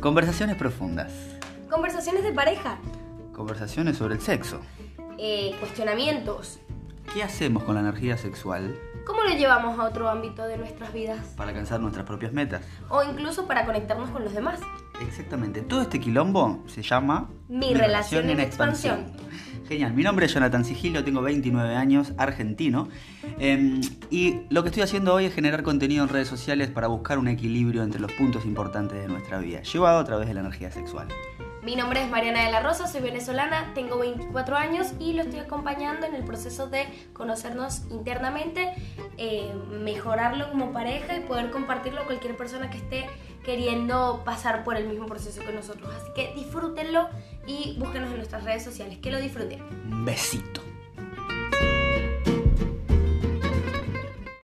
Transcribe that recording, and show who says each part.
Speaker 1: Conversaciones profundas.
Speaker 2: Conversaciones de pareja.
Speaker 1: Conversaciones sobre el sexo.
Speaker 2: Eh, cuestionamientos.
Speaker 1: ¿Qué hacemos con la energía sexual
Speaker 2: ¿Cómo lo llevamos a otro ámbito de nuestras vidas?
Speaker 1: para alcanzar nuestras propias metas?
Speaker 2: O incluso para conectarnos con los demás.
Speaker 1: Exactamente. Todo este quilombo se llama...
Speaker 2: Mi relación en
Speaker 1: Genial. Mi nombre es Jonathan Sigilio, tengo 29 años, argentino. Em, y lo que estoy haciendo hoy es generar contenido en redes sociales para buscar un equilibrio entre los puntos importantes de nuestra vida, llevado a través de la energía sexual.
Speaker 2: Mi nombre es Mariana de la Rosa, soy venezolana, tengo 24 años y lo estoy acompañando en el proceso de conocernos internamente, eh, mejorarlo como pareja y poder compartirlo a cualquier persona que esté queriendo pasar por el mismo proceso que nosotros. Así que disfrútenlo y búsquenos en nuestras redes sociales. Que lo disfruten.
Speaker 1: Un besito.